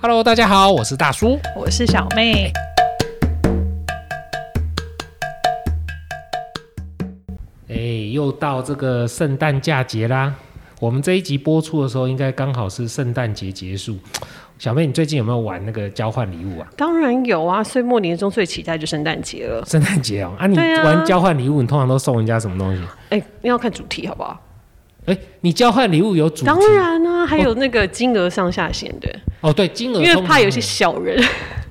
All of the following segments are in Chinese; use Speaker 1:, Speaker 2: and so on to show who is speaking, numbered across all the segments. Speaker 1: Hello，大家好，我是大叔。
Speaker 2: 我是小妹。
Speaker 1: 哎、又到这个圣诞假节啦。我们这一集播出的时候，应该刚好是圣诞节结束。小妹，你最近有没有玩那个交换礼物啊？
Speaker 2: 当然有啊，岁末年终最期待就圣诞节了。
Speaker 1: 圣诞节哦，啊，你
Speaker 2: 对啊
Speaker 1: 玩交换礼物，你通常都送人家什么东西？
Speaker 2: 哎、要看主题好不好？
Speaker 1: 哎、你交换礼物有主题？
Speaker 2: 当然啊，还有那个金额上下限的，
Speaker 1: 哦，对，金额
Speaker 2: 因为
Speaker 1: 通常
Speaker 2: 怕有些 小人，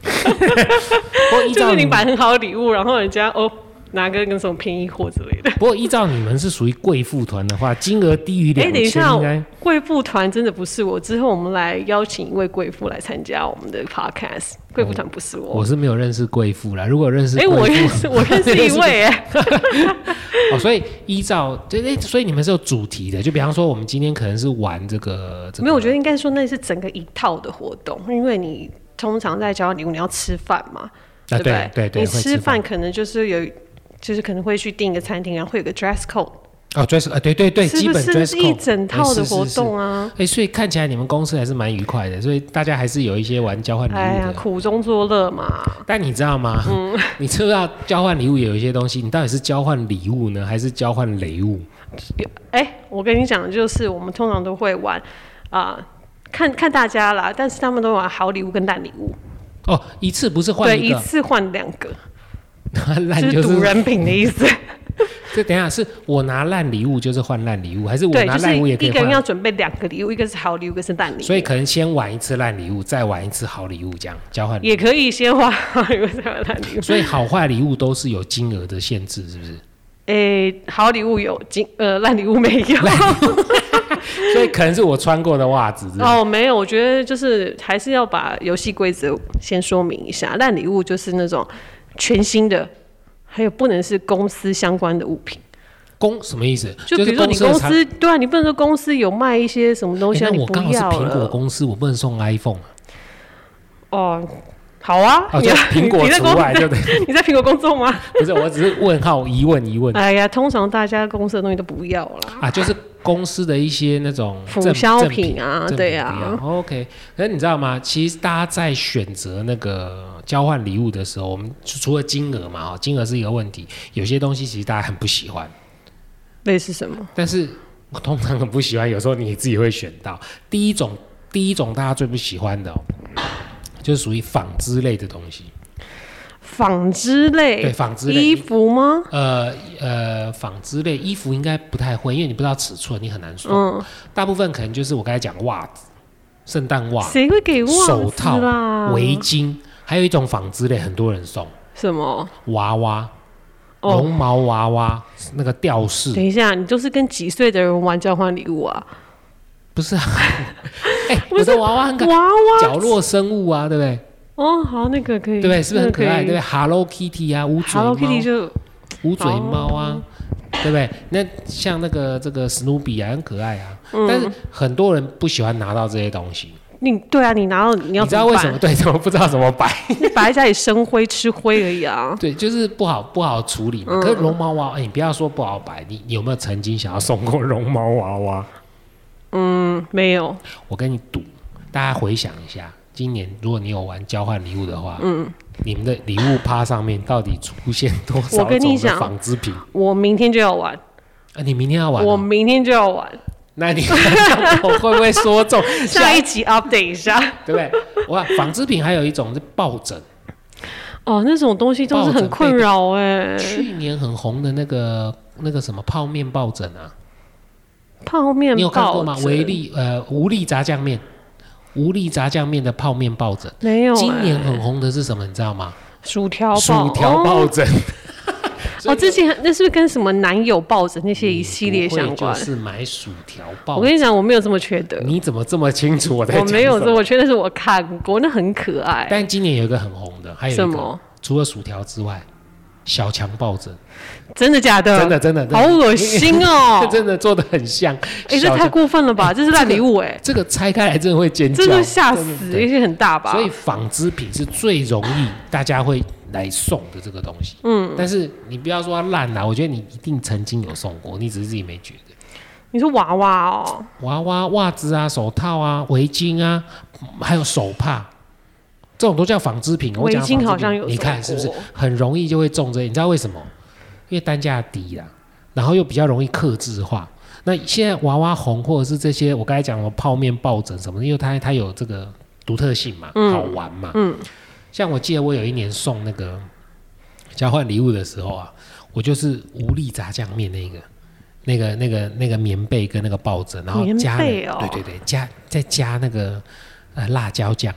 Speaker 1: 不过依
Speaker 2: 就
Speaker 1: 照
Speaker 2: 是你
Speaker 1: 你
Speaker 2: 买
Speaker 1: 们，
Speaker 2: 很好的礼物，然后人家哦拿个跟什么便宜货之类的。
Speaker 1: 不过依照你们是属于贵妇团的话，金额低于
Speaker 2: 哎、
Speaker 1: 两
Speaker 2: 等一
Speaker 1: 千
Speaker 2: 下
Speaker 1: 应该。，
Speaker 2: 贵妇团真的不是我。之后我们来邀请一位贵妇来参加我们的 podcast。贵妇团不是我
Speaker 1: 我。是没有认识贵妇啦，如果认识
Speaker 2: 哎、
Speaker 1: 贵妇，
Speaker 2: 我认识，我认识一 位、哎，
Speaker 1: 哦，所以依照对对，所以你们是有主题的，就比方说我们今天可能是玩这个，这个、
Speaker 2: 没有，我觉得应该说那是整个一套的活动，因为你通常在交换礼物，你要吃饭嘛，
Speaker 1: 啊
Speaker 2: 不对
Speaker 1: 对？对对，
Speaker 2: 你
Speaker 1: 会
Speaker 2: 吃饭可能就是有，就是可能会去订一个餐厅，然后会有个 dress code，
Speaker 1: 哦，dress 啊，对对对，
Speaker 2: 是
Speaker 1: 基
Speaker 2: 不
Speaker 1: 本
Speaker 2: 是
Speaker 1: dress
Speaker 2: 是一
Speaker 1: code
Speaker 2: 整套的活。
Speaker 1: 哎是是是
Speaker 2: 动啊？
Speaker 1: 哎、所以看起来你们公司还是蛮愉快的，所以大家还是有一些玩交换礼
Speaker 2: 哎嗯
Speaker 1: 物
Speaker 2: 呀，
Speaker 1: 的。
Speaker 2: 苦中作乐嘛。
Speaker 1: 但你知道吗？ 你知不知道交换礼物有一些东西，你到底是交换礼物呢，还是交换雷物？
Speaker 2: 哎、我跟你讲，就是我们通常都会玩啊、看看大家啦，但是他们都玩好礼物跟烂礼物，
Speaker 1: 哦，一次不是换
Speaker 2: 对，
Speaker 1: 一
Speaker 2: 一
Speaker 1: 个，
Speaker 2: 次换两个，
Speaker 1: 烂
Speaker 2: 就
Speaker 1: 就是
Speaker 2: 赌
Speaker 1: 是。
Speaker 2: 人品的 意思。
Speaker 1: 这等一下是我拿烂礼物就是换烂礼物，还是我
Speaker 2: 对，
Speaker 1: 拿
Speaker 2: 就
Speaker 1: 烂
Speaker 2: 是
Speaker 1: 礼物也可
Speaker 2: 一
Speaker 1: 以
Speaker 2: 个
Speaker 1: 换
Speaker 2: 人要准备两个礼物，一个是好礼物，一个是烂礼物。
Speaker 1: 所以可能先玩一次烂礼物，再玩一次好礼物，这样交换礼
Speaker 2: 也可以先花 好礼物再玩烂礼物
Speaker 1: 物。。 所以好坏礼物都是有金额的限制，是不是？
Speaker 2: 诶、好礼物有金，呃，烂礼物没有。
Speaker 1: 所以可能是我穿过的袜子，是不是
Speaker 2: 哦，没有，我觉得就是还是要把游戏规则先说明一下。烂礼物就是那种全新的，还有不能是公司相关的物品。
Speaker 1: 公什么意思？
Speaker 2: 就比
Speaker 1: 是
Speaker 2: 如说你
Speaker 1: 的
Speaker 2: 公
Speaker 1: 产
Speaker 2: 司，对啊，你不能说公司有卖一些什么东
Speaker 1: 诶
Speaker 2: 西啊，
Speaker 1: 那
Speaker 2: 你
Speaker 1: 我
Speaker 2: 不
Speaker 1: 刚好是
Speaker 2: 要
Speaker 1: 苹果
Speaker 2: 了。
Speaker 1: 公司，我不能送 iPhone 啊
Speaker 2: 哦，好啊，
Speaker 1: 哦，
Speaker 2: 你
Speaker 1: 就苹果
Speaker 2: 你在
Speaker 1: 除
Speaker 2: 公
Speaker 1: 外，对不 对？
Speaker 2: 你在苹果工作 吗？
Speaker 1: 不是，我只是问号疑问疑问
Speaker 2: 哎呀，通常大家公司的东西都不要啦。
Speaker 1: 啊，就是公司的一些那种
Speaker 2: 辅
Speaker 1: 赠
Speaker 2: 销
Speaker 1: 赠
Speaker 2: 品啊
Speaker 1: 赠
Speaker 2: 对
Speaker 1: 品
Speaker 2: 啊
Speaker 1: 不一样 OK，可是你知道吗？其实大家在选择那个交换礼物的时候，我们除了金额嘛，哦，金额是一个问题，有些东西其实大家很不喜欢。
Speaker 2: 类似什么？
Speaker 1: 但是我通常很不喜欢，有时候你自己会选到第一种，第一种大家最不喜欢的、哦，就是属于纺织类的东西，
Speaker 2: 纺织
Speaker 1: 对，
Speaker 2: 类，
Speaker 1: 纺织类。
Speaker 2: 衣服吗？
Speaker 1: 呃呃，纺织类衣服应该不太会，因为你不知道尺寸，你很难说。
Speaker 2: 嗯，
Speaker 1: 大部分可能就是我刚才讲袜子、圣诞袜、
Speaker 2: 谁会给袜子
Speaker 1: 手套
Speaker 2: 啦？
Speaker 1: 围巾，还有一种纺织类很多人送
Speaker 2: 什么？
Speaker 1: 娃娃、
Speaker 2: 哦
Speaker 1: 绒毛娃娃，那个吊饰。
Speaker 2: 等一下，你就是跟几岁的人玩交换礼物啊？
Speaker 1: 不是啊， 哎、我的娃娃很可
Speaker 2: 娃娃
Speaker 1: 角落生物啊，对不对？
Speaker 2: 哦，好，那个可
Speaker 1: 对
Speaker 2: 以，
Speaker 1: 不对？是不是很
Speaker 2: 那个
Speaker 1: 可爱？对不对
Speaker 2: 以
Speaker 1: ？Hello Kitty 啊，五嘴
Speaker 2: Hello
Speaker 1: 猫，
Speaker 2: Kitty 就
Speaker 1: 五嘴猫啊，对不对？那像那个这个史努比啊，很可爱啊。
Speaker 2: 嗯
Speaker 1: 但是很多人不喜欢拿到这些东西，
Speaker 2: 你对啊，你拿到你要
Speaker 1: 你知道为什么？
Speaker 2: 么
Speaker 1: 对，怎么不知道怎么摆？
Speaker 2: 办？你摆在家里生灰吃灰而已啊。
Speaker 1: 对，就是不好不好处理
Speaker 2: 嗯
Speaker 1: 嘛。可是绒毛娃娃，哎你不要说不好摆，你你有没有曾经想要送过绒毛娃娃？
Speaker 2: 嗯，没有，
Speaker 1: 我跟你赌，大家回想一下，今年如果你有玩交换礼物的话，嗯，你们的礼物趴上面到底出现多少
Speaker 2: 我跟你
Speaker 1: 种的
Speaker 2: 讲
Speaker 1: 纺织品？
Speaker 2: 我明天就要玩，
Speaker 1: 啊，你明天要玩、哦？
Speaker 2: 我明天就要玩，
Speaker 1: 那你 看我会不会说中？
Speaker 2: 下一集 update 一下。
Speaker 1: 对不对？哇，纺织品还有一种是抱枕，
Speaker 2: 哦，那种东西都是很困扰哎、
Speaker 1: 去年很红的那个那个什么泡面抱枕啊，
Speaker 2: 泡面
Speaker 1: 你有看过
Speaker 2: 抱
Speaker 1: 吗？
Speaker 2: 枕
Speaker 1: 维力呃无力炸酱面，无力炸酱面的泡面抱枕。
Speaker 2: 没有、哎
Speaker 1: 今年很红的是什么？你知道吗？
Speaker 2: 薯条抱
Speaker 1: 薯条
Speaker 2: 哦
Speaker 1: 抱枕。 所
Speaker 2: 哦，
Speaker 1: 以
Speaker 2: 之前那是不是跟什么男友抱枕那些一系列相
Speaker 1: 嗯不会
Speaker 2: 关？
Speaker 1: 就是买薯条
Speaker 2: 我
Speaker 1: 抱
Speaker 2: 跟
Speaker 1: 枕。
Speaker 2: 你讲，我没有这么缺德，
Speaker 1: 你怎么这么清楚我在
Speaker 2: 我
Speaker 1: 讲
Speaker 2: 没有
Speaker 1: 什
Speaker 2: 这么缺，但是我看过，那很可爱。
Speaker 1: 但今年有一个很红的，还有
Speaker 2: 什
Speaker 1: 一个
Speaker 2: 么？
Speaker 1: 除了薯条之外，小强抱枕，
Speaker 2: 真的假的？
Speaker 1: 真的真的真的
Speaker 2: 嗯好恶心哦
Speaker 1: 这！ 真的做的很像。
Speaker 2: 哎，
Speaker 1: 小
Speaker 2: 这太
Speaker 1: 强
Speaker 2: 过分了吧？这是烂礼物哎，
Speaker 1: 这个拆开来真的会尖叫，
Speaker 2: 这个吓死哎
Speaker 1: 真，的
Speaker 2: 而
Speaker 1: 对
Speaker 2: 且很大吧
Speaker 1: 所？以纺织品是最容易大家会来送的这个东西。嗯，但是你不要说它烂啊啦，我觉得你一定曾经有送过，你只是自己没觉得。
Speaker 2: 你说娃娃哦，
Speaker 1: 娃娃、袜子啊、手套啊、围巾啊，还有手帕，这种都叫纺织品。我讲
Speaker 2: 围巾
Speaker 1: 纺织
Speaker 2: 好像
Speaker 1: 品
Speaker 2: 有哦
Speaker 1: 你
Speaker 2: 中
Speaker 1: 看是不是
Speaker 2: 过
Speaker 1: 很容易就会中这个？你知道为什么？因为单价低啦，然后又比较容易克制化。那现在娃娃红或者是这些，我刚才讲的泡面抱枕什么的，因为它它有这个独特性嘛，好玩嘛。
Speaker 2: 嗯
Speaker 1: 像我记得我有一年送那个交换礼物的时候啊，我就是无力炸酱面那个。那个、那个、那个棉被跟那个抱枕，然后加了，
Speaker 2: 棉被哦
Speaker 1: 对对对，加再加那个呃辣椒酱，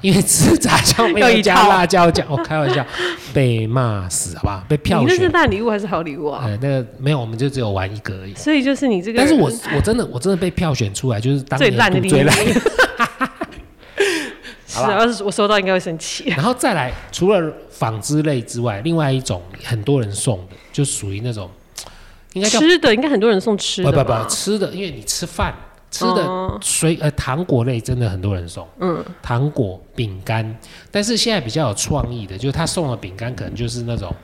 Speaker 1: 因为吃炸酱
Speaker 2: 又
Speaker 1: 面
Speaker 2: 一
Speaker 1: 要加
Speaker 2: 套
Speaker 1: 辣椒酱，我、开玩笑，被骂死好不好？被票
Speaker 2: 你那是
Speaker 1: 选，
Speaker 2: 烂礼物还是好礼物啊？
Speaker 1: 呃，那个没有，我们就只有玩一个而已。
Speaker 2: 所以就是你这个
Speaker 1: 但
Speaker 2: 人，
Speaker 1: 是我我真的我真的被票选出来，就是当
Speaker 2: 最
Speaker 1: 年
Speaker 2: 烂的
Speaker 1: 度
Speaker 2: 礼物
Speaker 1: 最烂。
Speaker 2: 是啊，要是我收到应该会生气。
Speaker 1: 然后再来，除了纺织类之外，另外一种很多人送的，就属于那种应该叫
Speaker 2: 吃的应该很多人送吃
Speaker 1: 不
Speaker 2: 的
Speaker 1: 不
Speaker 2: 吧
Speaker 1: 不吃的，因为你吃饭吃
Speaker 2: 哦
Speaker 1: 的水、呃糖果类真的很多人送，嗯，糖果饼干，但是现在比较有创意的，就是他送的饼干可能就是那种。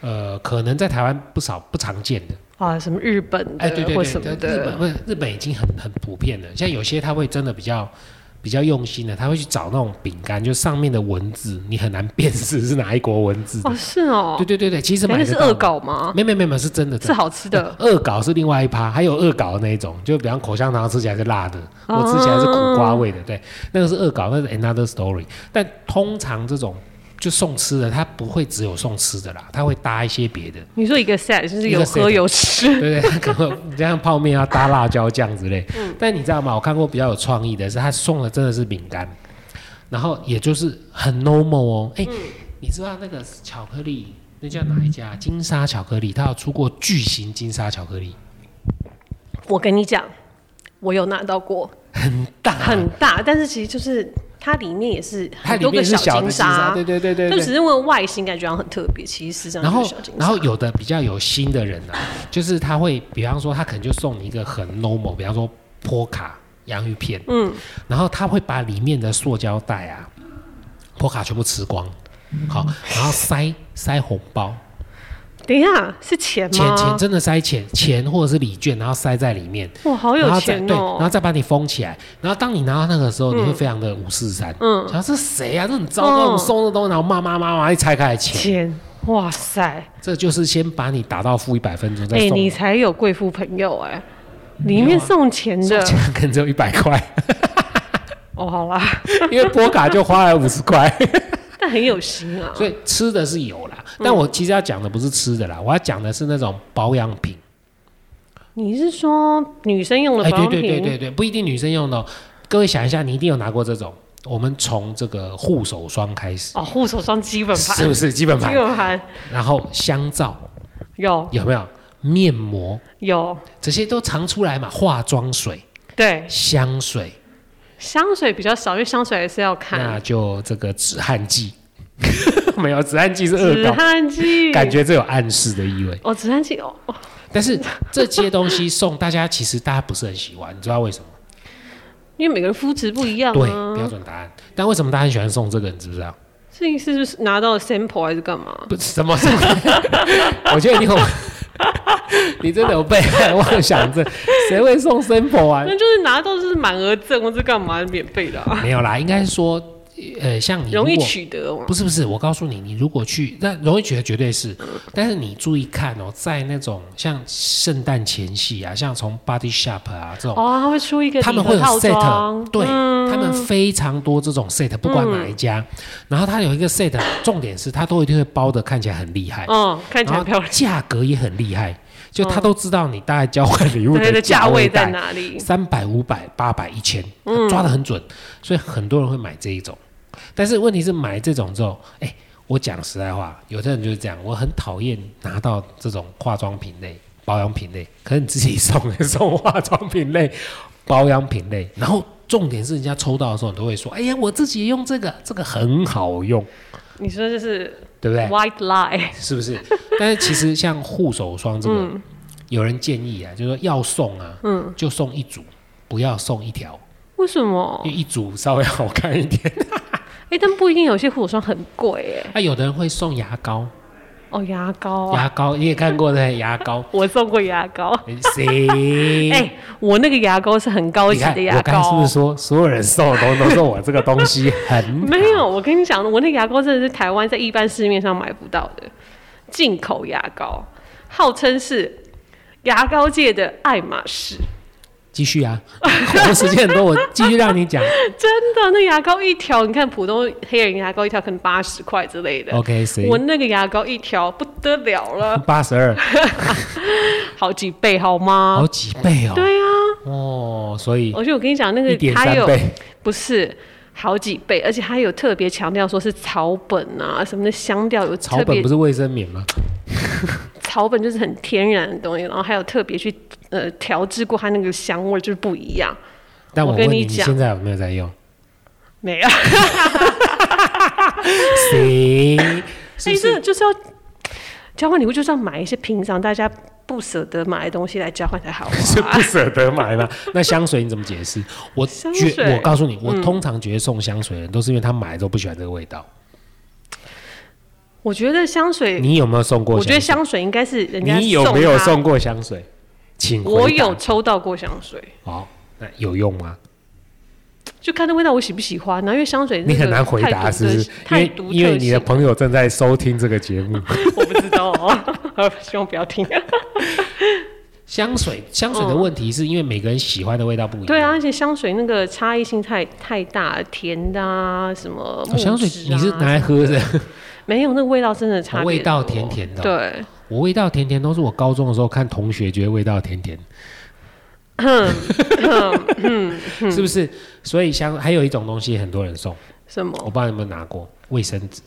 Speaker 1: 呃，可能在台湾不少不常见的，
Speaker 2: 啊，什么日本的
Speaker 1: 哎，对对
Speaker 2: 或
Speaker 1: 对，
Speaker 2: 什么
Speaker 1: 日本
Speaker 2: 的，
Speaker 1: 不是日本已经很很普遍了，像有些他会真的比较比较用心的，他会去找那种饼干，就上面的文字你很难辨识是哪一国文字的
Speaker 2: 哦，是哦
Speaker 1: 对，对对对，其实
Speaker 2: 哎
Speaker 1: 买
Speaker 2: 那
Speaker 1: 得
Speaker 2: 是
Speaker 1: 到
Speaker 2: 恶
Speaker 1: 的，
Speaker 2: 搞吗？
Speaker 1: 没没没没是真的，真
Speaker 2: 是
Speaker 1: 的
Speaker 2: 好吃的，
Speaker 1: 恶搞是另外一趴，还有恶搞的那一种，就比方口香糖吃起来是辣的，
Speaker 2: 哦
Speaker 1: 我吃起来是苦瓜味的，对，那个是恶搞，那是 another story。但通常这种就送吃的，它不会只有送吃的啦，它会搭一些别的，
Speaker 2: 你说一个 set 就是
Speaker 1: 一
Speaker 2: 有
Speaker 1: 个
Speaker 2: 喝
Speaker 1: set
Speaker 2: 有吃，
Speaker 1: 对不对？它可能会你像泡面要搭辣椒酱之类。但你知道吗？我看过比较有创意的是，他送的真的是饼干，然后也就是很 normal 哦，哎、你知道那个巧克力那叫哪一家？金沙巧克力，它有出过巨型金沙巧克力。
Speaker 2: 我跟你讲，我有拿到过，
Speaker 1: 大
Speaker 2: 很大，但是其实就是它里面也是
Speaker 1: 它
Speaker 2: 很
Speaker 1: 里
Speaker 2: 多
Speaker 1: 面
Speaker 2: 个
Speaker 1: 是小的
Speaker 2: 金
Speaker 1: 金沙，
Speaker 2: 沙
Speaker 1: 对，对对对
Speaker 2: 就只
Speaker 1: 对。
Speaker 2: 是为了外形感觉好像很特别，其实实际上
Speaker 1: 然
Speaker 2: 就
Speaker 1: 后
Speaker 2: 是小金，
Speaker 1: 然
Speaker 2: 沙
Speaker 1: 后。有的比较有心的人 呢、啊，就是他会，比方说他可能就送你一个很 normal，比方说波卡洋芋片，
Speaker 2: 嗯，
Speaker 1: 然后他会把里面的塑胶袋啊，波卡全部吃光，
Speaker 2: 嗯
Speaker 1: 好，然后塞塞红包，
Speaker 2: 等一下是钱吗？
Speaker 1: 钱钱真的塞钱钱或者是礼券，然后塞在里面，
Speaker 2: 哇，好
Speaker 1: 然
Speaker 2: 有
Speaker 1: 后再
Speaker 2: 钱
Speaker 1: 对，然后
Speaker 2: 哦！
Speaker 1: 再把你封起来。然后当你拿到那个时候，你会非常的五四三，
Speaker 2: 嗯
Speaker 1: 想这谁啊？这很糟糕，
Speaker 2: 嗯
Speaker 1: 我送的东西，然后骂骂骂骂，一拆开来钱，
Speaker 2: 钱，哇塞！
Speaker 1: 这就是先把你打到负一百分钟再
Speaker 2: 哎、
Speaker 1: 送
Speaker 2: 你
Speaker 1: 你。
Speaker 2: 才有贵妇朋友哎、里面送钱
Speaker 1: 送
Speaker 2: 的
Speaker 1: 钱可能只有一百块，
Speaker 2: 哦，好啦，
Speaker 1: 因为波卡就花了五十块，
Speaker 2: 但很有心啊。
Speaker 1: 所以吃的是有啦。但我其实要讲的不是吃的啦，我要讲的是那种保养品。
Speaker 2: 你是说女生用的
Speaker 1: 哎，
Speaker 2: 保
Speaker 1: 对
Speaker 2: 养
Speaker 1: 对
Speaker 2: 品？
Speaker 1: 对对对，不一定女生用的哦。各位想一下，你一定有拿过这种。我们从这个护手霜开始，
Speaker 2: 哦，护手霜基本盘，
Speaker 1: 是不是基本
Speaker 2: 基
Speaker 1: 盘？
Speaker 2: 本盘
Speaker 1: 然后香皂，
Speaker 2: 有
Speaker 1: 有没有面膜？
Speaker 2: 有
Speaker 1: 这些都常出来嘛，化妆水、
Speaker 2: 对
Speaker 1: 香水，
Speaker 2: 香水比较少，因为香水还是要
Speaker 1: 那
Speaker 2: 看
Speaker 1: 就这个止汗剂， 没有止汗剂是恶
Speaker 2: 止
Speaker 1: 搞，
Speaker 2: 汗剂，
Speaker 1: 感觉这有暗示的意味。
Speaker 2: 哦，止汗剂哦，
Speaker 1: 但是这些东西送大家，其实大家不是很喜欢，你知道为什么？
Speaker 2: 因为每个人肤质不一样
Speaker 1: 对，
Speaker 2: 啊
Speaker 1: 标。准答案。但为什么大家很喜欢送这个？你知不知
Speaker 2: 嗯
Speaker 1: 道？
Speaker 2: 这一次是拿到 sample 还是干嘛？
Speaker 1: 不，什么？什么 我觉得你有， 你真的有被害妄想症，谁会送 sample 啊？
Speaker 2: 那就是拿到就是满额赠或是干嘛免费的、啊，
Speaker 1: 没有啦，应该是说，呃，像你如
Speaker 2: 容易
Speaker 1: 果
Speaker 2: 取得嘛。
Speaker 1: 不是不是，我告诉你，你如果去，那容易觉得绝对是，但是你注意看哦，在那种像圣诞前夕啊，像从 Body Shop 啊这种，
Speaker 2: 哦，他会出一个
Speaker 1: 他们
Speaker 2: 礼
Speaker 1: 会
Speaker 2: 盒
Speaker 1: 有
Speaker 2: 套
Speaker 1: set，
Speaker 2: 装，
Speaker 1: 对、
Speaker 2: 嗯
Speaker 1: 他们非常多这种 set，不管哪一家，然后它有一个 set，重点是它都一定会包的看起来很厉害，
Speaker 2: 嗯，看起
Speaker 1: 然后
Speaker 2: 来很漂亮。哦
Speaker 1: 价格也很厉害，就他都知道你大概交换礼物
Speaker 2: 对
Speaker 1: 的
Speaker 2: 的价位
Speaker 1: 在
Speaker 2: 在哪里？
Speaker 1: 三百、五百、八百、一千，抓得很准，所以很多人会买这一种。但是问题是买这种之后，哎、我讲实在话，有的人就是这样，我很讨厌拿到这种化妆品类、保养品类，可是你自己送送化妆品类、保养品类，然后重点是人家抽到的时候，你都会说，哎呀，我自己用这个，这个很好用，
Speaker 2: 你说这是
Speaker 1: 对不对？
Speaker 2: white lie，
Speaker 1: 是不是？但是其实像护手霜这个，有人建议啊，就是说要送啊，
Speaker 2: 嗯
Speaker 1: 就送一组，不要送一条。
Speaker 2: 为什么
Speaker 1: 因？为一组稍微好看一点。
Speaker 2: 哎、但不一定，有些护手霜很贵哎、
Speaker 1: 那、有的人会送牙膏，
Speaker 2: 哦，牙膏啊，
Speaker 1: 牙膏你也看过的牙膏，
Speaker 2: 我送过牙膏。
Speaker 1: 诶谁？
Speaker 2: 哎、我那个牙膏是很高
Speaker 1: 你
Speaker 2: 级
Speaker 1: 看
Speaker 2: 的牙
Speaker 1: 我刚才是
Speaker 2: 膏
Speaker 1: 不是，说所有人送的东西都说我这个东西很
Speaker 2: 没有。我跟你讲，我那个牙膏真的是台湾在一般市面上买不到的进口牙膏，号称是牙膏界的爱马仕。
Speaker 1: 继续啊？我们时间很多，我继续让你 讲。
Speaker 2: 真的，那牙膏一条，你看普通黑人牙膏一条可能八十块之类的。
Speaker 1: OK，谁
Speaker 2: 我？那个牙膏一条不得了了，
Speaker 1: 八十二，
Speaker 2: 好几倍 好吗？
Speaker 1: 好几倍哦。
Speaker 2: 对啊，
Speaker 1: 哦，所以
Speaker 2: 而且我跟你讲，那
Speaker 1: 一
Speaker 2: 个
Speaker 1: 点
Speaker 2: 它
Speaker 1: 三
Speaker 2: 有
Speaker 1: 倍，
Speaker 2: 不是好几倍，而且它有特别强调说是草本啊什么的香调有
Speaker 1: 草
Speaker 2: 特
Speaker 1: 本
Speaker 2: 别
Speaker 1: 不是卫生棉吗？
Speaker 2: 草本就是很天然的东西，然后还有特别去呃调制过它那个香味就是不一样。
Speaker 1: 但
Speaker 2: 我
Speaker 1: 我
Speaker 2: 跟
Speaker 1: 问
Speaker 2: 你
Speaker 1: 你，你
Speaker 2: 讲
Speaker 1: 现在有没有在用？
Speaker 2: 没啊有，
Speaker 1: 谁？ 是
Speaker 2: 所以
Speaker 1: 不
Speaker 2: 哎这
Speaker 1: 是
Speaker 2: 个就是要交换礼物，就是要买一些平常大家不舍得买的东西来交换才好啊
Speaker 1: 是
Speaker 2: 玩。
Speaker 1: 不舍得买吗？那香水你怎么解释？我
Speaker 2: 香
Speaker 1: 觉，
Speaker 2: 水嗯
Speaker 1: 我告诉你，我通常觉得送香水的人都是因为他买都不喜欢这个味道。
Speaker 2: 我觉得香水，
Speaker 1: 你有没有送过？
Speaker 2: 我觉得，香水应该是人家
Speaker 1: 你有没有
Speaker 2: 他？
Speaker 1: 送过香水？请回答
Speaker 2: 我有。抽到过香水，
Speaker 1: 哦，那有用吗？
Speaker 2: 就看那味道我喜不喜欢啊呢、因为香水
Speaker 1: 你很难回
Speaker 2: 太
Speaker 1: 答，
Speaker 2: 独特
Speaker 1: 是不是？因
Speaker 2: 太
Speaker 1: 为
Speaker 2: 独特
Speaker 1: 因为你的
Speaker 2: 性
Speaker 1: 朋友正在收听这个节 目。
Speaker 2: 我不知道哦， 希望不要听。
Speaker 1: 香水，香水的问题是因为每个人喜欢的味道不一样。
Speaker 2: 嗯对啊，而且香水那个差异性太太大，甜的啊，什么、
Speaker 1: 哦，香水你是拿来？喝的？
Speaker 2: 没有，那个味道真的啊差别
Speaker 1: 哦
Speaker 2: 多、
Speaker 1: 味道甜甜的
Speaker 2: 对，
Speaker 1: 我味道甜甜都是我高中的时候看同学觉得味道甜甜，是不是？所以香还有一种东西很多人送，
Speaker 2: 什
Speaker 1: 我不知道
Speaker 2: 么
Speaker 1: 你有没有拿过卫生纸，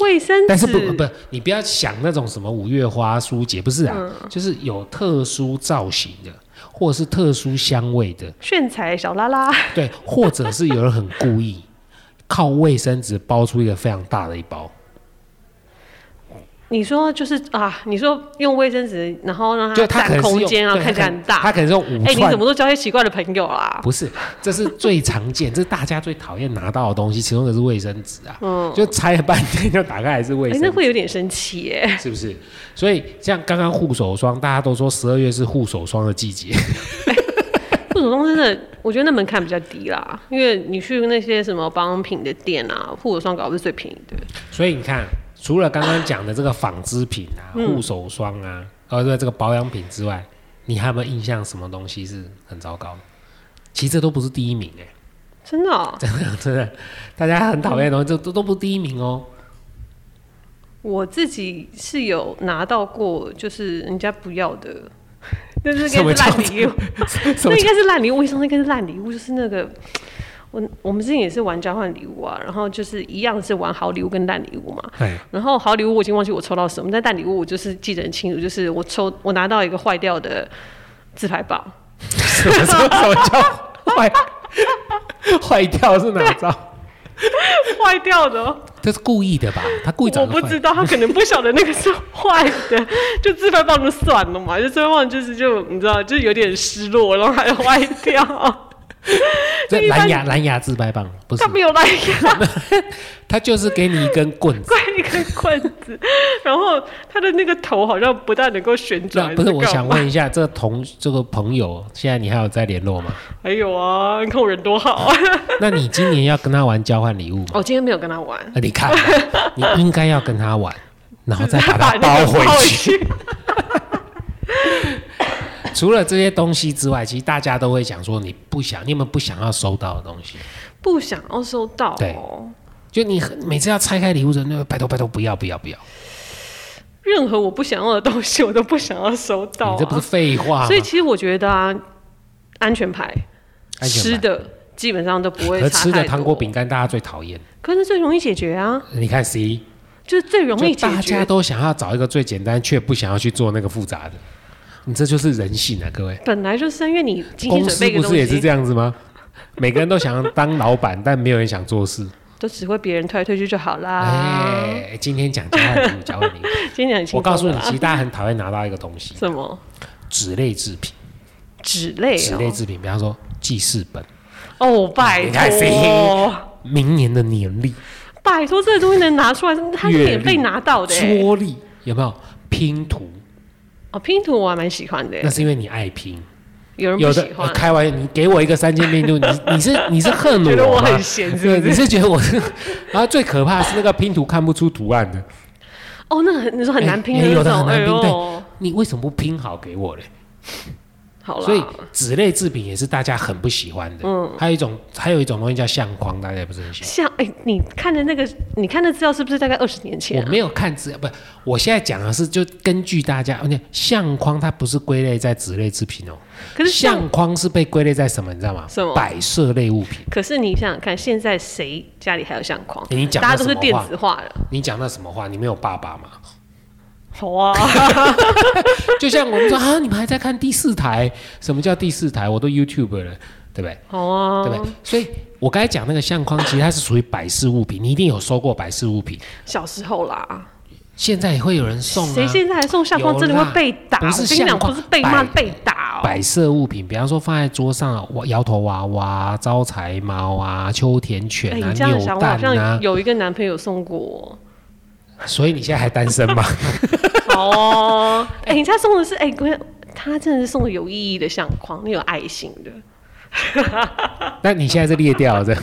Speaker 2: 卫生纸？
Speaker 1: 但是不不，你不要想那种什么五月花、舒洁，不是啊，
Speaker 2: 嗯
Speaker 1: 就是有特殊造型的，或者是特殊香味的，
Speaker 2: 炫彩小拉拉，
Speaker 1: 对，或者是有人很故 意靠卫生纸包出一个非常大的一包，
Speaker 2: 你说就是啊，你说用卫生纸，然后让
Speaker 1: 就
Speaker 2: 它
Speaker 1: 它可
Speaker 2: 占
Speaker 1: 能是
Speaker 2: 空
Speaker 1: 用
Speaker 2: 间啊，
Speaker 1: 对
Speaker 2: 看起
Speaker 1: 它
Speaker 2: 来
Speaker 1: 可
Speaker 2: 很大。
Speaker 1: 它可能是用五
Speaker 2: 哎、你
Speaker 1: 串
Speaker 2: 怎么都交些奇怪的朋友啊 啦？
Speaker 1: 不是，这是最常见，这是大家最讨厌拿到的东西，其中一个是卫生纸啊， 就拆了半天就打开还是卫
Speaker 2: 嗯哎、
Speaker 1: 生
Speaker 2: 那
Speaker 1: 纸，
Speaker 2: 会有点生气耶、
Speaker 1: 是不是？所以像刚刚护手霜，大家都说十二月是护手霜的季节，
Speaker 2: 护手霜真的，我觉得那门槛比较低啦，因为你去那些什么保养品的店啊，护手霜搞不好是最便宜的。
Speaker 1: 所以你看，除了刚刚讲的这个纺织品啊、
Speaker 2: 嗯
Speaker 1: 护手霜啊，呃，对，这个保养品之外，你还有没有印象什么东西是很糟糕的？其实这都不是第一名哎、
Speaker 2: 真的、哦，
Speaker 1: 真的，大家很讨厌的东西，这都都不是第一名哦。
Speaker 2: 我自己是有拿到过，就是人家不要的， 那 是
Speaker 1: 什
Speaker 2: 应
Speaker 1: 么
Speaker 2: 该是
Speaker 1: 叫
Speaker 2: 烂礼物，
Speaker 1: 什么
Speaker 2: 那应该是烂礼物。我想那应该是烂礼物，就是那个我我们之前也是玩交换礼物啊，然后就是一样是玩好礼物跟烂礼物嘛。
Speaker 1: 哎，
Speaker 2: 然后好礼物我已经忘记我抽到什么，但烂礼物我就是记得很清楚，就是我抽我拿到一个坏掉的自拍棒，
Speaker 1: 什么什么什么叫 坏坏掉是哪招？
Speaker 2: 坏掉的哦、
Speaker 1: 这是故意的吧？他故意找
Speaker 2: 我
Speaker 1: 个
Speaker 2: 不
Speaker 1: 坏
Speaker 2: 知道，他可能不晓得那个是坏的，就自拍棒就算了嘛，就自拍棒就是就你知道，就有点失落，然后还坏掉。
Speaker 1: 这
Speaker 2: 一般
Speaker 1: 蓝牙蓝牙自拍棒不是
Speaker 2: 他，没有来呀，
Speaker 1: 他就是给你一根棍 子。
Speaker 2: 怪一根棍子，然后他的那个头好像不大能够旋
Speaker 1: 那
Speaker 2: 转。
Speaker 1: 不是，
Speaker 2: 还
Speaker 1: 我
Speaker 2: 干
Speaker 1: 想
Speaker 2: 嘛，
Speaker 1: 问一下，这个同这个朋友，现在你还有在联 络吗？
Speaker 2: 还有啊，你看我人多好啊！
Speaker 1: 那你今年要跟他玩交换礼物吗？
Speaker 2: 我今天没有跟 他玩，
Speaker 1: 啊你 看吧，你应该要跟他玩，然后再把
Speaker 2: 把
Speaker 1: 它
Speaker 2: 那
Speaker 1: 包
Speaker 2: 个包
Speaker 1: 回
Speaker 2: 回
Speaker 1: 去。
Speaker 2: 去。
Speaker 1: 除了这些东西之外，其实大家都会讲说，你不想，你有没有不想要收到的东西？
Speaker 2: 不想要收到
Speaker 1: 对
Speaker 2: 哦，
Speaker 1: 就你很每次要拆开礼物的时候，那个拜托拜托，不要不要不要，
Speaker 2: 任何我不想要的东西，我都不想要收到、
Speaker 1: 你这不
Speaker 2: 啊
Speaker 1: 是。废话吗？
Speaker 2: 所以其实我觉得啊，安全牌
Speaker 1: 安全牌
Speaker 2: 吃的基本上都不会
Speaker 1: 而
Speaker 2: 差
Speaker 1: 吃的
Speaker 2: 太多
Speaker 1: 糖果饼，干大家最讨厌。
Speaker 2: 可是最容易解决啊，
Speaker 1: 你看 C，
Speaker 2: 就是最容
Speaker 1: 就
Speaker 2: 易解
Speaker 1: 大家
Speaker 2: 决。
Speaker 1: 都想要找一个最简单，却不想要去做那个复杂的。你这就是人性啊，各位。
Speaker 2: 本来就是因为你今天
Speaker 1: 公
Speaker 2: 准
Speaker 1: 司
Speaker 2: 备一个
Speaker 1: 不
Speaker 2: 东
Speaker 1: 是也是这
Speaker 2: 西，
Speaker 1: 样子吗？每个人都想当老板， 但没有人想做事。
Speaker 2: 都只会别人推来推去就好啦。
Speaker 1: 哎、今天讲交换礼物，交换 礼物。
Speaker 2: 今天很轻松
Speaker 1: 我告诉你
Speaker 2: 啦，
Speaker 1: 其实大家很讨厌拿到一个东西，
Speaker 2: 什么
Speaker 1: 纸类制品，
Speaker 2: 纸类
Speaker 1: 纸类
Speaker 2: 哦，
Speaker 1: 制品，比方说记事本，
Speaker 2: 哦，拜
Speaker 1: 你看谁
Speaker 2: 托，
Speaker 1: 明年的年历、
Speaker 2: 拜托，这个东西能拿出来，它是
Speaker 1: 阅历
Speaker 2: 免费拿到的欸，
Speaker 1: 桌历、有没有拼图？
Speaker 2: 哦，拼图我还蛮喜欢的耶
Speaker 1: 那，是因为你爱拼。
Speaker 2: 有人不
Speaker 1: 有的
Speaker 2: 喜
Speaker 1: 呃
Speaker 2: 欢，
Speaker 1: 开玩笑，你给我一个三千拼图，你你是你是恨
Speaker 2: 觉得
Speaker 1: 我
Speaker 2: 我
Speaker 1: 吗
Speaker 2: 很？闲，是
Speaker 1: 对，
Speaker 2: 不
Speaker 1: 你
Speaker 2: 是？
Speaker 1: 是觉得我是？然后最可怕是那个拼图看不出图案的，
Speaker 2: 哦，那很你说很难拼
Speaker 1: 哎
Speaker 2: 那
Speaker 1: 有的
Speaker 2: 种，
Speaker 1: 很
Speaker 2: 哎
Speaker 1: 难拼
Speaker 2: 呦，
Speaker 1: 你为什么不拼好给我嘞？
Speaker 2: 好
Speaker 1: 所以
Speaker 2: 啦，嗯
Speaker 1: 纸类制品也是大家很不喜欢的。还有一种还有一种东西叫相框，大家也不是很喜欢。
Speaker 2: 像哎，你看的那个，你看的资料是不是大概二十年前
Speaker 1: 我
Speaker 2: 啊？
Speaker 1: 没有看纸，不，我现在讲的是就根据大家，而且相框它不是归类在纸类制品哦，
Speaker 2: 可是像
Speaker 1: 相框是被归类在什么？你知道吗？
Speaker 2: 什么
Speaker 1: 摆设类物品。欸
Speaker 2: 可是你想想看，现在谁家里还有相框？
Speaker 1: 你讲
Speaker 2: 大家
Speaker 1: 的
Speaker 2: 都是
Speaker 1: 什么
Speaker 2: 电
Speaker 1: 话
Speaker 2: 子化了。
Speaker 1: 你讲那什么话？你没有爸爸吗？
Speaker 2: 好啊，
Speaker 1: 就像我们说啊，你们还在看第四台？什么叫第四台？我都 YouTube 了，对不对？
Speaker 2: 好啊，
Speaker 1: 对不对？所以我刚才讲那个相框，其实它是属于摆饰物品，你一定有收过摆饰物品。
Speaker 2: 小时候啦，
Speaker 1: 现在也会有人送
Speaker 2: 谁
Speaker 1: 啊，
Speaker 2: 现在还送相框，
Speaker 1: 有
Speaker 2: 真的会
Speaker 1: 啦
Speaker 2: 被打。
Speaker 1: 不
Speaker 2: 我
Speaker 1: 是
Speaker 2: 跟你讲，
Speaker 1: 相
Speaker 2: 不
Speaker 1: 框
Speaker 2: 是被骂，
Speaker 1: 摆
Speaker 2: 被打哦。
Speaker 1: 摆设物品，比方说放在桌上，我摇头娃娃、招财猫啊、秋田犬
Speaker 2: 哎，
Speaker 1: 啊、
Speaker 2: 你这样
Speaker 1: 扭
Speaker 2: 想，我好
Speaker 1: 蛋啊
Speaker 2: 像。有一个男朋友送过我。
Speaker 1: 所以你现在还单身 吗？
Speaker 2: 好哦， 哎，你他送的是哎，关键他真的是送的有意义的相框，那有爱心的。
Speaker 1: 那你现在是裂掉了这样。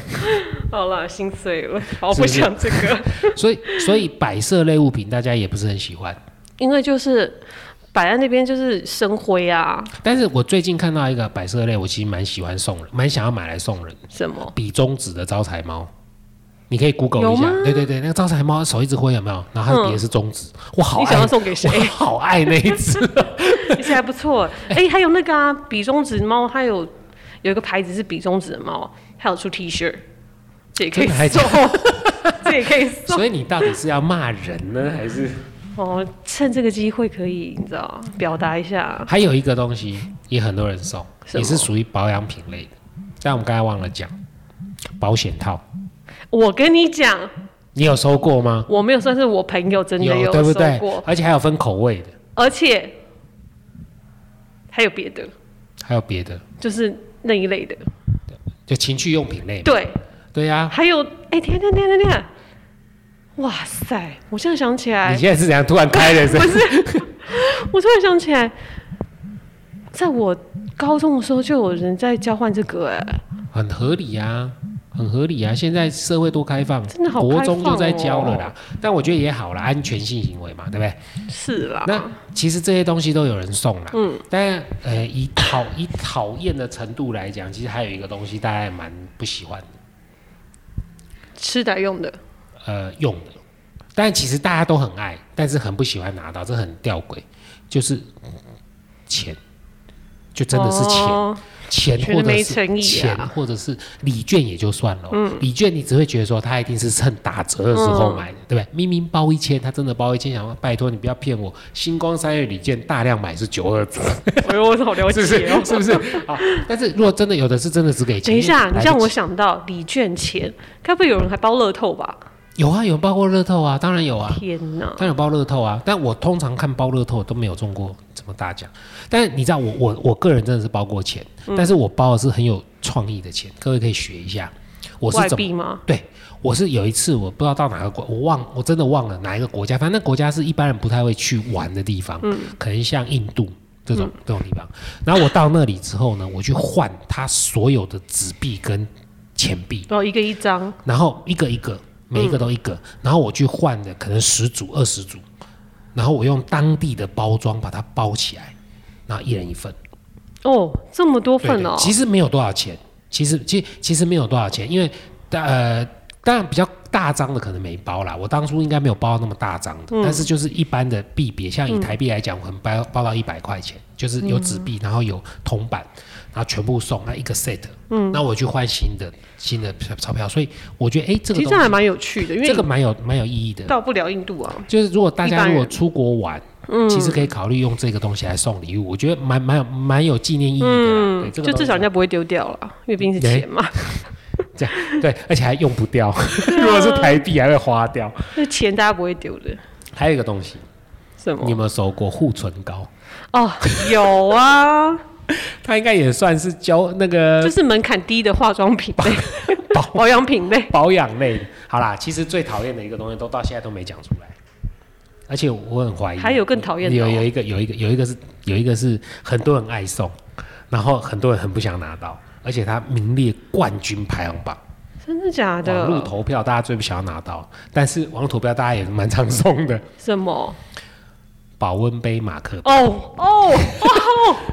Speaker 2: 好啦，心碎了，好，我
Speaker 1: 是不
Speaker 2: 不
Speaker 1: 是
Speaker 2: 想这个。
Speaker 1: 所以，所以摆设类物品大家也不是很喜欢。
Speaker 2: 因为就是摆在那边就是生灰啊，
Speaker 1: 但是我最近看到一个摆设类，我其实蛮喜欢送人，蛮想要买来送人，
Speaker 2: 什么
Speaker 1: 比中指的招财猫。你可以 Google 一
Speaker 2: 有
Speaker 1: 下
Speaker 2: 吗，
Speaker 1: 对对对，那个招财猫手一直挥有没有？然后它
Speaker 2: 嗯
Speaker 1: 比的是中指，我好哎
Speaker 2: 你想
Speaker 1: 爱
Speaker 2: 要，送给 谁？
Speaker 1: 我好爱那一 只。
Speaker 2: 其实还不错。哎、还有那个啊，比中指猫，它有有一个牌子是比中指的猫，还有出 T 恤，这也可以
Speaker 1: 真的还
Speaker 2: 送， 这也可以送。
Speaker 1: 所以你到底是要骂人呢，还是？
Speaker 2: 哦，趁这个机会可以，你知道，表达一下。
Speaker 1: 还有一个东西也很多人送，
Speaker 2: 什么
Speaker 1: 也是属于保养品类的，但我们刚才忘了讲，保险套，
Speaker 2: 我跟你讲，
Speaker 1: 你有收过吗？
Speaker 2: 我没有算是我朋友真的
Speaker 1: 有，对
Speaker 2: 收
Speaker 1: 不对
Speaker 2: 过，？
Speaker 1: 而且还有分口味的，
Speaker 2: 而且还有别的，
Speaker 1: 还有别的，
Speaker 2: 就是那一类的。
Speaker 1: 就情趣用品类嘛。
Speaker 2: 对，
Speaker 1: 对呀、
Speaker 2: 还有，哎、天天天天天，哇塞！我现在想起来
Speaker 1: 你，现在是怎样突然开 了？是不是？
Speaker 2: 我突然想起来，在我高中的时候就有人在交换这个、哎，
Speaker 1: 很合理呀，很合理啊呀。现在社会多开放，
Speaker 2: 真的好开
Speaker 1: 国
Speaker 2: 放哦
Speaker 1: 中就在教了啦。但我觉得也好啦，安全性行为嘛，对不对？
Speaker 2: 是啦，
Speaker 1: 那其实这些东西都有人送啦。嗯，但呃，以讨以讨厌的程度来讲，其实还有一个东西大家也蛮不喜欢的，
Speaker 2: 吃的用的，
Speaker 1: 呃，用的。但其实大家都很爱，但是很不喜欢拿到，这很吊诡，就是钱，就真的是钱。
Speaker 2: 哦
Speaker 1: 钱
Speaker 2: 觉得
Speaker 1: 或者
Speaker 2: 没
Speaker 1: 是
Speaker 2: 诚意啊嗯
Speaker 1: 钱或者是礼券也就算了哦、礼券你只会觉得说它一定是趁打折的时候买的，对不对？明明包一千，它真的包一千，想说拜托你不要骗我，星光三月礼券大量买是九二折，
Speaker 2: 哎呦，我好 了
Speaker 1: 是
Speaker 2: 解
Speaker 1: 不是
Speaker 2: 哦、？
Speaker 1: 是不是？好，但是如果真的有的是真的只给钱，
Speaker 2: 等一下，
Speaker 1: 因为
Speaker 2: 你让
Speaker 1: 来不
Speaker 2: 我
Speaker 1: 及
Speaker 2: 想到礼券钱，该不会有人还包乐透吧？
Speaker 1: 有啊，有包过乐透啊，当然有啊。
Speaker 2: 天哪！
Speaker 1: 当然有包乐透啊，但我通常看包乐透都没有中过什么大奖。但你知道我我我个人真的是包过钱，
Speaker 2: 嗯
Speaker 1: 但是我包的是很有创意的钱，各位可以学一下。我是
Speaker 2: 外
Speaker 1: 怎么
Speaker 2: 币吗？
Speaker 1: 对，我是有一次我不知道到哪个国，我忘我真的忘了哪一个国家，反正那国家是一般人不太会去玩的地方，可能像印度这种、这种地方。然后我到那里之后呢，我去换它所有的纸币跟钱币，
Speaker 2: 然后一个一张，
Speaker 1: 然后一个一个，每一个都一个，然后我去换的可能十组、二十组，然后我用当地的包装把它包起来，然后一人一份。
Speaker 2: 哦，这么多
Speaker 1: 对
Speaker 2: 份哦、
Speaker 1: 对，其实没有多少钱，其实其其实没有多少钱，因为大呃，当然比较大张的可能没包啦，我当初应该没有包到那么大张的，
Speaker 2: 嗯
Speaker 1: 但是就是一般的币别，像以台币来讲，我可能包包到一百块钱，就是有纸币，
Speaker 2: 嗯
Speaker 1: 然后有铜板，然后全部送那一个 set，嗯，那我去换新的新的钞钞票，所以我觉得哎、这
Speaker 2: 其
Speaker 1: 个
Speaker 2: 实这样
Speaker 1: 东
Speaker 2: 还
Speaker 1: 西
Speaker 2: 蛮有趣的，因为
Speaker 1: 这个
Speaker 2: 你
Speaker 1: 蛮有蛮有意义的，
Speaker 2: 到不了印度啊。
Speaker 1: 就是如果大
Speaker 2: 一
Speaker 1: 家如
Speaker 2: 般
Speaker 1: 果
Speaker 2: 人嗯
Speaker 1: 出国玩，其实可以考虑用这个东西来送礼物，我觉得蛮蛮有蛮有纪念意义的啦。对，这个
Speaker 2: 嗯就
Speaker 1: 东
Speaker 2: 至
Speaker 1: 西
Speaker 2: 少人家不会丢掉了，因为毕竟是
Speaker 1: 哎
Speaker 2: 钱嘛。
Speaker 1: 这样对，而且还用不掉。
Speaker 2: 啊
Speaker 1: 如果是台币，还会花掉。
Speaker 2: 那钱大家不会丢的，
Speaker 1: 还有一个东西，
Speaker 2: 什么
Speaker 1: 你？有没有收过护唇膏？
Speaker 2: 哦，有啊，
Speaker 1: 它应该也算是交那个
Speaker 2: 就是门槛低的化妆品类、
Speaker 1: 呃 保
Speaker 2: 保养品类。
Speaker 1: 保养类的。好啦，其实最讨厌的一个东西，都到现在都没讲出来，而且我很怀疑，
Speaker 2: 还有更讨厌的
Speaker 1: 有
Speaker 2: 哦
Speaker 1: 有一个有一个有一个是有一个是很多人爱送，然后很多人很不想拿到，而且它名列冠军排行榜。
Speaker 2: 真的假
Speaker 1: 网络
Speaker 2: 的？
Speaker 1: 投票大家最不想要拿到，但是网络投票大家也蛮常送的，
Speaker 2: 什么？
Speaker 1: 保温杯马克杯
Speaker 2: 哦哦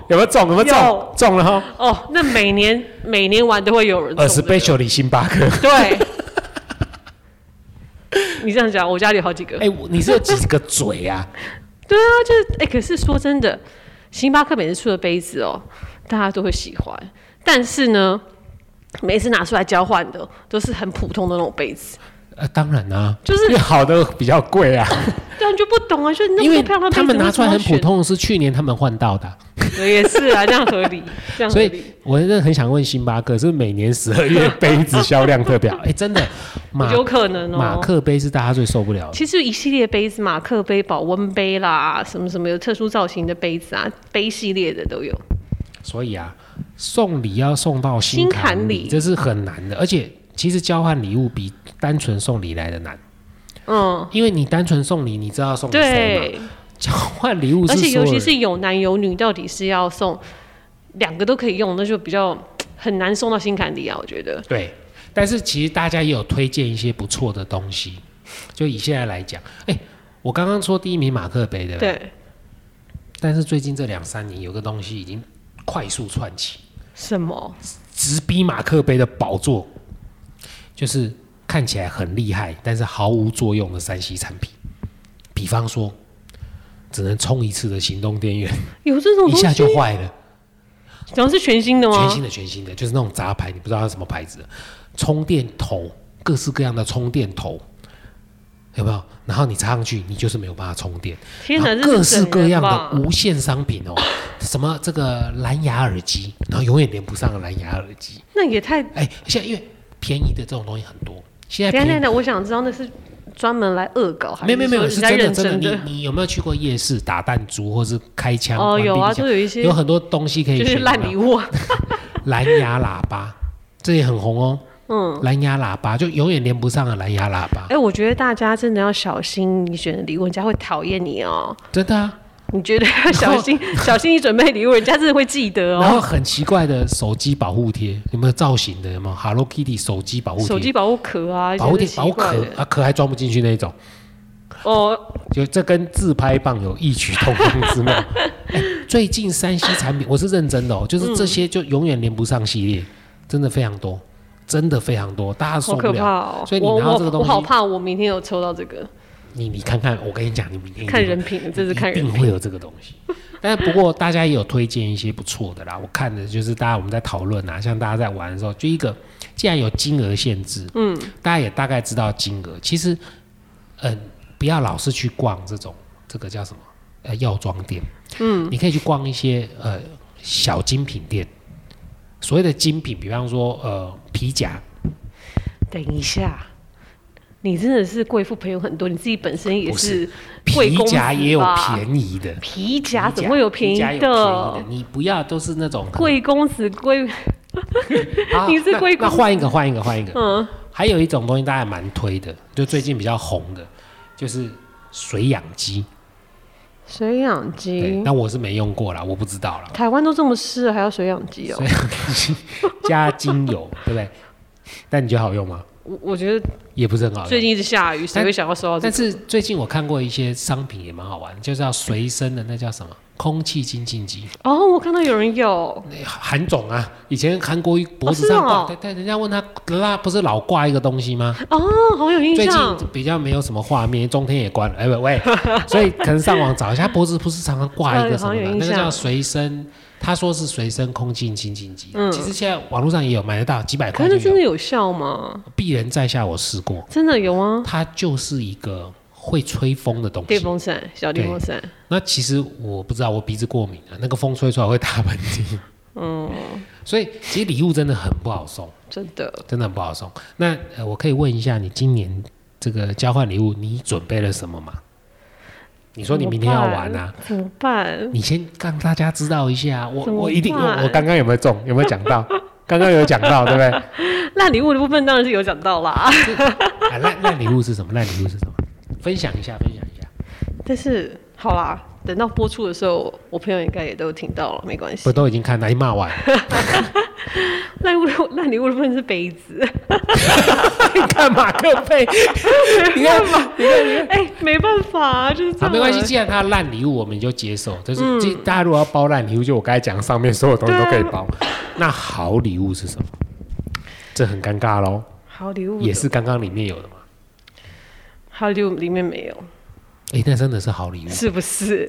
Speaker 1: 有没有中？有没有中
Speaker 2: 有？
Speaker 1: 中了哈！
Speaker 2: 哦，那每年每年玩都会有人
Speaker 1: 呃
Speaker 2: 送这个
Speaker 1: ，specially 星巴克。
Speaker 2: 对。 你这样讲，我家里有好几个。
Speaker 1: 哎、我你是有几个嘴啊？
Speaker 2: 对啊，就是哎、可是说真的，星巴克每次出的杯子哦，大家都会喜欢，但是呢，每次拿出来交换的都是很普通的那种杯子，
Speaker 1: 呃，当然啊，
Speaker 2: 就是
Speaker 1: 因为好的比较贵啊，
Speaker 2: 这样就不懂啊， 就是那
Speaker 1: 因
Speaker 2: 么
Speaker 1: 为
Speaker 2: 多漂亮的杯子，
Speaker 1: 他们拿出来很普
Speaker 2: 为什么
Speaker 1: 通，是去年他们换到的啊、
Speaker 2: 要选，对也是啊，这样合理，这样合
Speaker 1: 所
Speaker 2: 理
Speaker 1: 以。我真的很想问星巴克，是不是每年十二月杯子销量特 别好？哎、真的，马
Speaker 2: 有可能哦，嗯
Speaker 1: 马克杯是大家最受不了的。
Speaker 2: 其实一系列杯子，马克杯、保温杯啦，什么什么有特殊造型的杯子啊，杯系列的都有。
Speaker 1: 所以啊，送礼要送到心坎
Speaker 2: 心坎
Speaker 1: 里，
Speaker 2: 里
Speaker 1: 这是很难的。而且，其实交换礼物比单纯送礼来的难，
Speaker 2: 嗯，
Speaker 1: 因为你单纯送礼，你知道送给谁嘛？
Speaker 2: 对，
Speaker 1: 交 换礼物是
Speaker 2: 而且
Speaker 1: 所有
Speaker 2: 尤其
Speaker 1: 人
Speaker 2: 是有男有女，到底是要送两个都可以用，那就比较很难送到心坎里啊。我觉得
Speaker 1: 对，但是其实大家也有推荐一些不错的东西。就以现在来讲，哎、我刚刚说第一名马克杯的，
Speaker 2: 对，
Speaker 1: 但是最近这两三年有个东西已经快速窜起，
Speaker 2: 什么
Speaker 1: 直逼马克杯的宝座，就是看起来很厉害，但是毫无作用的三 C 产品。比方说，只能充一次的行动电源，
Speaker 2: 有这种
Speaker 1: 一
Speaker 2: 东
Speaker 1: 下
Speaker 2: 西
Speaker 1: 就？坏了。
Speaker 2: 然后是全新的吗？
Speaker 1: 全新的全新的，就是那种杂牌，你不知道它什么牌子的，充电头，各式各样的充电头，有没有？然后你插上去，你就是没有办法充电。
Speaker 2: 天哪，
Speaker 1: 然后啊各
Speaker 2: 这
Speaker 1: 式
Speaker 2: 是
Speaker 1: 各样
Speaker 2: 整人吧
Speaker 1: 的无线商品哦，什么这个蓝牙耳机，然后永远连不上的蓝牙耳机。
Speaker 2: 那也太……
Speaker 1: 哎，现在因为便宜的这种东西很多，现在
Speaker 2: 等一下
Speaker 1: 便
Speaker 2: 等一
Speaker 1: 宜。
Speaker 2: 下，我想知道那是专门来恶搞，还
Speaker 1: 没有没有没有，
Speaker 2: 说
Speaker 1: 是
Speaker 2: 人家
Speaker 1: 真的
Speaker 2: 认
Speaker 1: 真的。
Speaker 2: 真
Speaker 1: 你你有没有去过夜市打弹珠，或是开枪？
Speaker 2: 哦，
Speaker 1: 玩
Speaker 2: 有
Speaker 1: 冰
Speaker 2: 啊，
Speaker 1: 箱
Speaker 2: 就有一些
Speaker 1: 有很多东西可以
Speaker 2: 就
Speaker 1: 选
Speaker 2: 是
Speaker 1: 有
Speaker 2: 烂
Speaker 1: 没有
Speaker 2: 礼物啊，
Speaker 1: 蓝牙喇叭，这也很红哦。嗯，蓝牙喇叭就永远连不上的蓝牙喇叭
Speaker 2: 哎、，我觉得大家真的要小心，你选的礼物，人家会讨厌你哦。
Speaker 1: 真的啊。
Speaker 2: 你觉得要小心， 小心你准备礼物，人家真的会记得
Speaker 1: 然
Speaker 2: 哦。
Speaker 1: 后很奇怪的手机保护贴，有没有造型的？有没有 Hello Kitty 手机保护
Speaker 2: 手
Speaker 1: 贴？
Speaker 2: 机保护壳啊，一些
Speaker 1: 保护贴
Speaker 2: 奇
Speaker 1: 保护
Speaker 2: 怪
Speaker 1: 壳
Speaker 2: 的
Speaker 1: 啊，壳还装不进去那种，
Speaker 2: 哦，
Speaker 1: 就这跟自拍棒有异曲同工之 妙。哎最近三 C 产品，我是认真的哦，就是这些就永远连不上系
Speaker 2: 嗯
Speaker 1: 列，真的非常多，真的非常多，大家
Speaker 2: 好
Speaker 1: 受不
Speaker 2: 可
Speaker 1: 了。
Speaker 2: 怕哦！
Speaker 1: 所以你
Speaker 2: 我
Speaker 1: 拿到这个
Speaker 2: 我
Speaker 1: 东
Speaker 2: 我好
Speaker 1: 西，
Speaker 2: 怕，我明天有抽到这个，
Speaker 1: 你你看看，我跟你哎讲，你明天一定
Speaker 2: 看
Speaker 1: 会
Speaker 2: 人品，这是看
Speaker 1: 一
Speaker 2: 人
Speaker 1: 定
Speaker 2: 品。
Speaker 1: 会有这个东西。但不过大家也有推荐一些不错的啦，我看的就是大家我们在讨论啊，像大家在玩的时候，就一个既然有金额限制，嗯，大家也大概知道金额。其实，嗯、不要老是去逛这种这个叫什么呃药妆店，嗯，你可以去逛一些呃小精品店。所谓的精品，比方说呃皮夹，
Speaker 2: 等一下，你真的是贵妇朋友很多，你自己本身也
Speaker 1: 不
Speaker 2: 是贵
Speaker 1: 皮
Speaker 2: 公子
Speaker 1: 夹也有
Speaker 2: 吧
Speaker 1: 便宜的，
Speaker 2: 皮夹，
Speaker 1: 皮
Speaker 2: 怎么会有便
Speaker 1: 皮
Speaker 2: 宜
Speaker 1: 夹有便
Speaker 2: 的？
Speaker 1: 你不要都是那种很
Speaker 2: 贵公子贵，
Speaker 1: 好
Speaker 2: 你是
Speaker 1: 啊那
Speaker 2: 龟
Speaker 1: 那
Speaker 2: 公
Speaker 1: 换一个，换一个，换一个。
Speaker 2: 嗯，
Speaker 1: 还有一种东西大家蛮推的，就最近比较红的，就是水养机。
Speaker 2: 水养
Speaker 1: 对，
Speaker 2: 鸡，
Speaker 1: 那我是没用过啦，我不知道啦。
Speaker 2: 台湾都这么湿，还要水养鸡哦
Speaker 1: 水？养机 加精油， 对不对？但你觉得好用吗？
Speaker 2: 我我觉得
Speaker 1: 也不是很好
Speaker 2: 最
Speaker 1: 用。
Speaker 2: 近一直下雨，谁
Speaker 1: 但
Speaker 2: 会想要收到这
Speaker 1: 但
Speaker 2: 个？
Speaker 1: 是最近我看过一些商品也蛮好玩，就是要随身的那叫什么空气清净机，
Speaker 2: 哦，我看到有人有，
Speaker 1: 那韩总啊，以前韩国瑜脖子
Speaker 2: 哦是
Speaker 1: 上
Speaker 2: 哦
Speaker 1: 挂，但但人家问他，那不是老挂一个东西吗？
Speaker 2: 哦，好有印
Speaker 1: 最近
Speaker 2: 象。
Speaker 1: 比较没有什么画面，中天也关了，哎、不喂，所以 可能上网找一下，脖子不是常常挂一个什么的，
Speaker 2: 对好像有印
Speaker 1: 那
Speaker 2: 象
Speaker 1: 个叫随身，他说是随身空气清净机，其实现在网络上也有买得到，几百
Speaker 2: 嗯可
Speaker 1: 块
Speaker 2: 是
Speaker 1: 就
Speaker 2: 那真的
Speaker 1: 有。
Speaker 2: 有效吗？
Speaker 1: 鄙人在下我试过，
Speaker 2: 真的有吗？
Speaker 1: 它就是一个会吹风的东
Speaker 2: 电
Speaker 1: 西。
Speaker 2: 风扇，小电风扇，
Speaker 1: 那其实我不知道，我鼻子过敏啊，那个风吹出来会打喷嚏。嗯，所以其实礼物真的很不好送。
Speaker 2: 真的。
Speaker 1: 真的很不好送。那、呃、我可以问一下，你今年这个交换礼物，你准备了什么吗？你说你明天要玩啊？
Speaker 2: 怎么办？
Speaker 1: 你先让大家知道一下啊，我
Speaker 2: 怎么
Speaker 1: 我一定
Speaker 2: 办
Speaker 1: 我我刚刚有没有中？有没有讲到？刚刚有讲到，对不 对？啊
Speaker 2: 烂礼物的部分当然是有讲到啦。
Speaker 1: 烂烂礼物是什么？烂礼物是什么？分享一下，分享一下。
Speaker 2: 但是好啦，等到播出的时候，我朋友应该也都听到了，没关系
Speaker 1: 我。都已经看了，已经骂 完了，
Speaker 2: 烂物的烂礼物的部分是 杯子，
Speaker 1: 你看马克 杯，你看你看你看。
Speaker 2: 哎、没办法、啊，就是这
Speaker 1: 好，
Speaker 2: 样。
Speaker 1: 没关系，既然它烂礼物，我们就接受。但是，这大家如果要包烂礼物，就我刚才讲上面所有东西都可以包。那好礼物是什么？这很尴尬喽，
Speaker 2: 好礼物
Speaker 1: 也是刚刚里面有的嘛。
Speaker 2: 好礼物里面没有，
Speaker 1: 哎，那真的是好礼物，
Speaker 2: 是不是？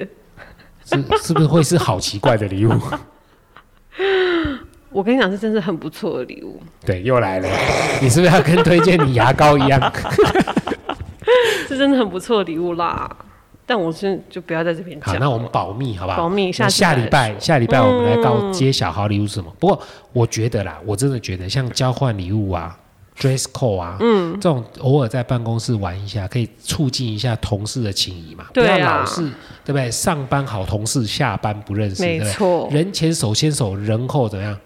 Speaker 1: 是是不是会是好奇怪的礼物？
Speaker 2: 我跟你讲，这真是很不错的礼物。
Speaker 1: 对，又来了，你是不是要跟推荐你牙膏一样？
Speaker 2: 是真的很不错的礼物啦。但我是就不要在这边
Speaker 1: 好，
Speaker 2: 讲。
Speaker 1: 那我们保密，好不好？
Speaker 2: 保密
Speaker 1: 我
Speaker 2: 下次
Speaker 1: 下
Speaker 2: 再
Speaker 1: 礼拜
Speaker 2: 说
Speaker 1: 下礼拜我们来告揭晓好礼物是什么。不过我觉得啦，我真的觉得像交换礼物啊。dress code 啊，嗯，这种偶尔在办公室玩一下，可以促进一下同事的情谊嘛。
Speaker 2: 对啊
Speaker 1: 不要老是对不对？上班好同事，下班不认识，对
Speaker 2: 没
Speaker 1: 不对？
Speaker 2: 错，
Speaker 1: 人前手牵手，人后怎么样？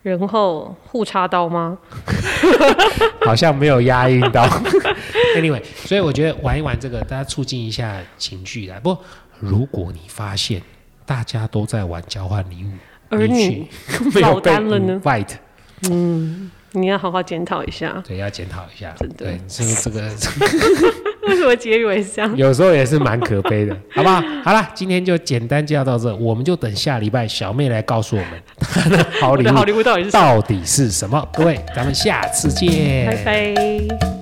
Speaker 2: 然后互插刀吗？
Speaker 1: 好像没有押韵到。anyway，所以我觉得玩一玩这个，大家促进一下情绪啦。不过如果你发现大家都在玩交换礼物，你
Speaker 2: 而你
Speaker 1: 去没有
Speaker 2: 落
Speaker 1: 被
Speaker 2: 单了呢
Speaker 1: invite，
Speaker 2: 你要好好检讨一下。
Speaker 1: 对，要检讨一下。
Speaker 2: 真的
Speaker 1: 对，这个这个
Speaker 2: 为什么结尾是这样？
Speaker 1: 有时候也是蛮可悲的，好不 好？好了，今天就简单介绍到这，我们就等下礼拜小妹来告诉我们她的好
Speaker 2: 我
Speaker 1: 礼
Speaker 2: 的好
Speaker 1: 物
Speaker 2: 礼物到底是什么？
Speaker 1: 到底是什么。各位，咱们下次见，
Speaker 2: 拜拜。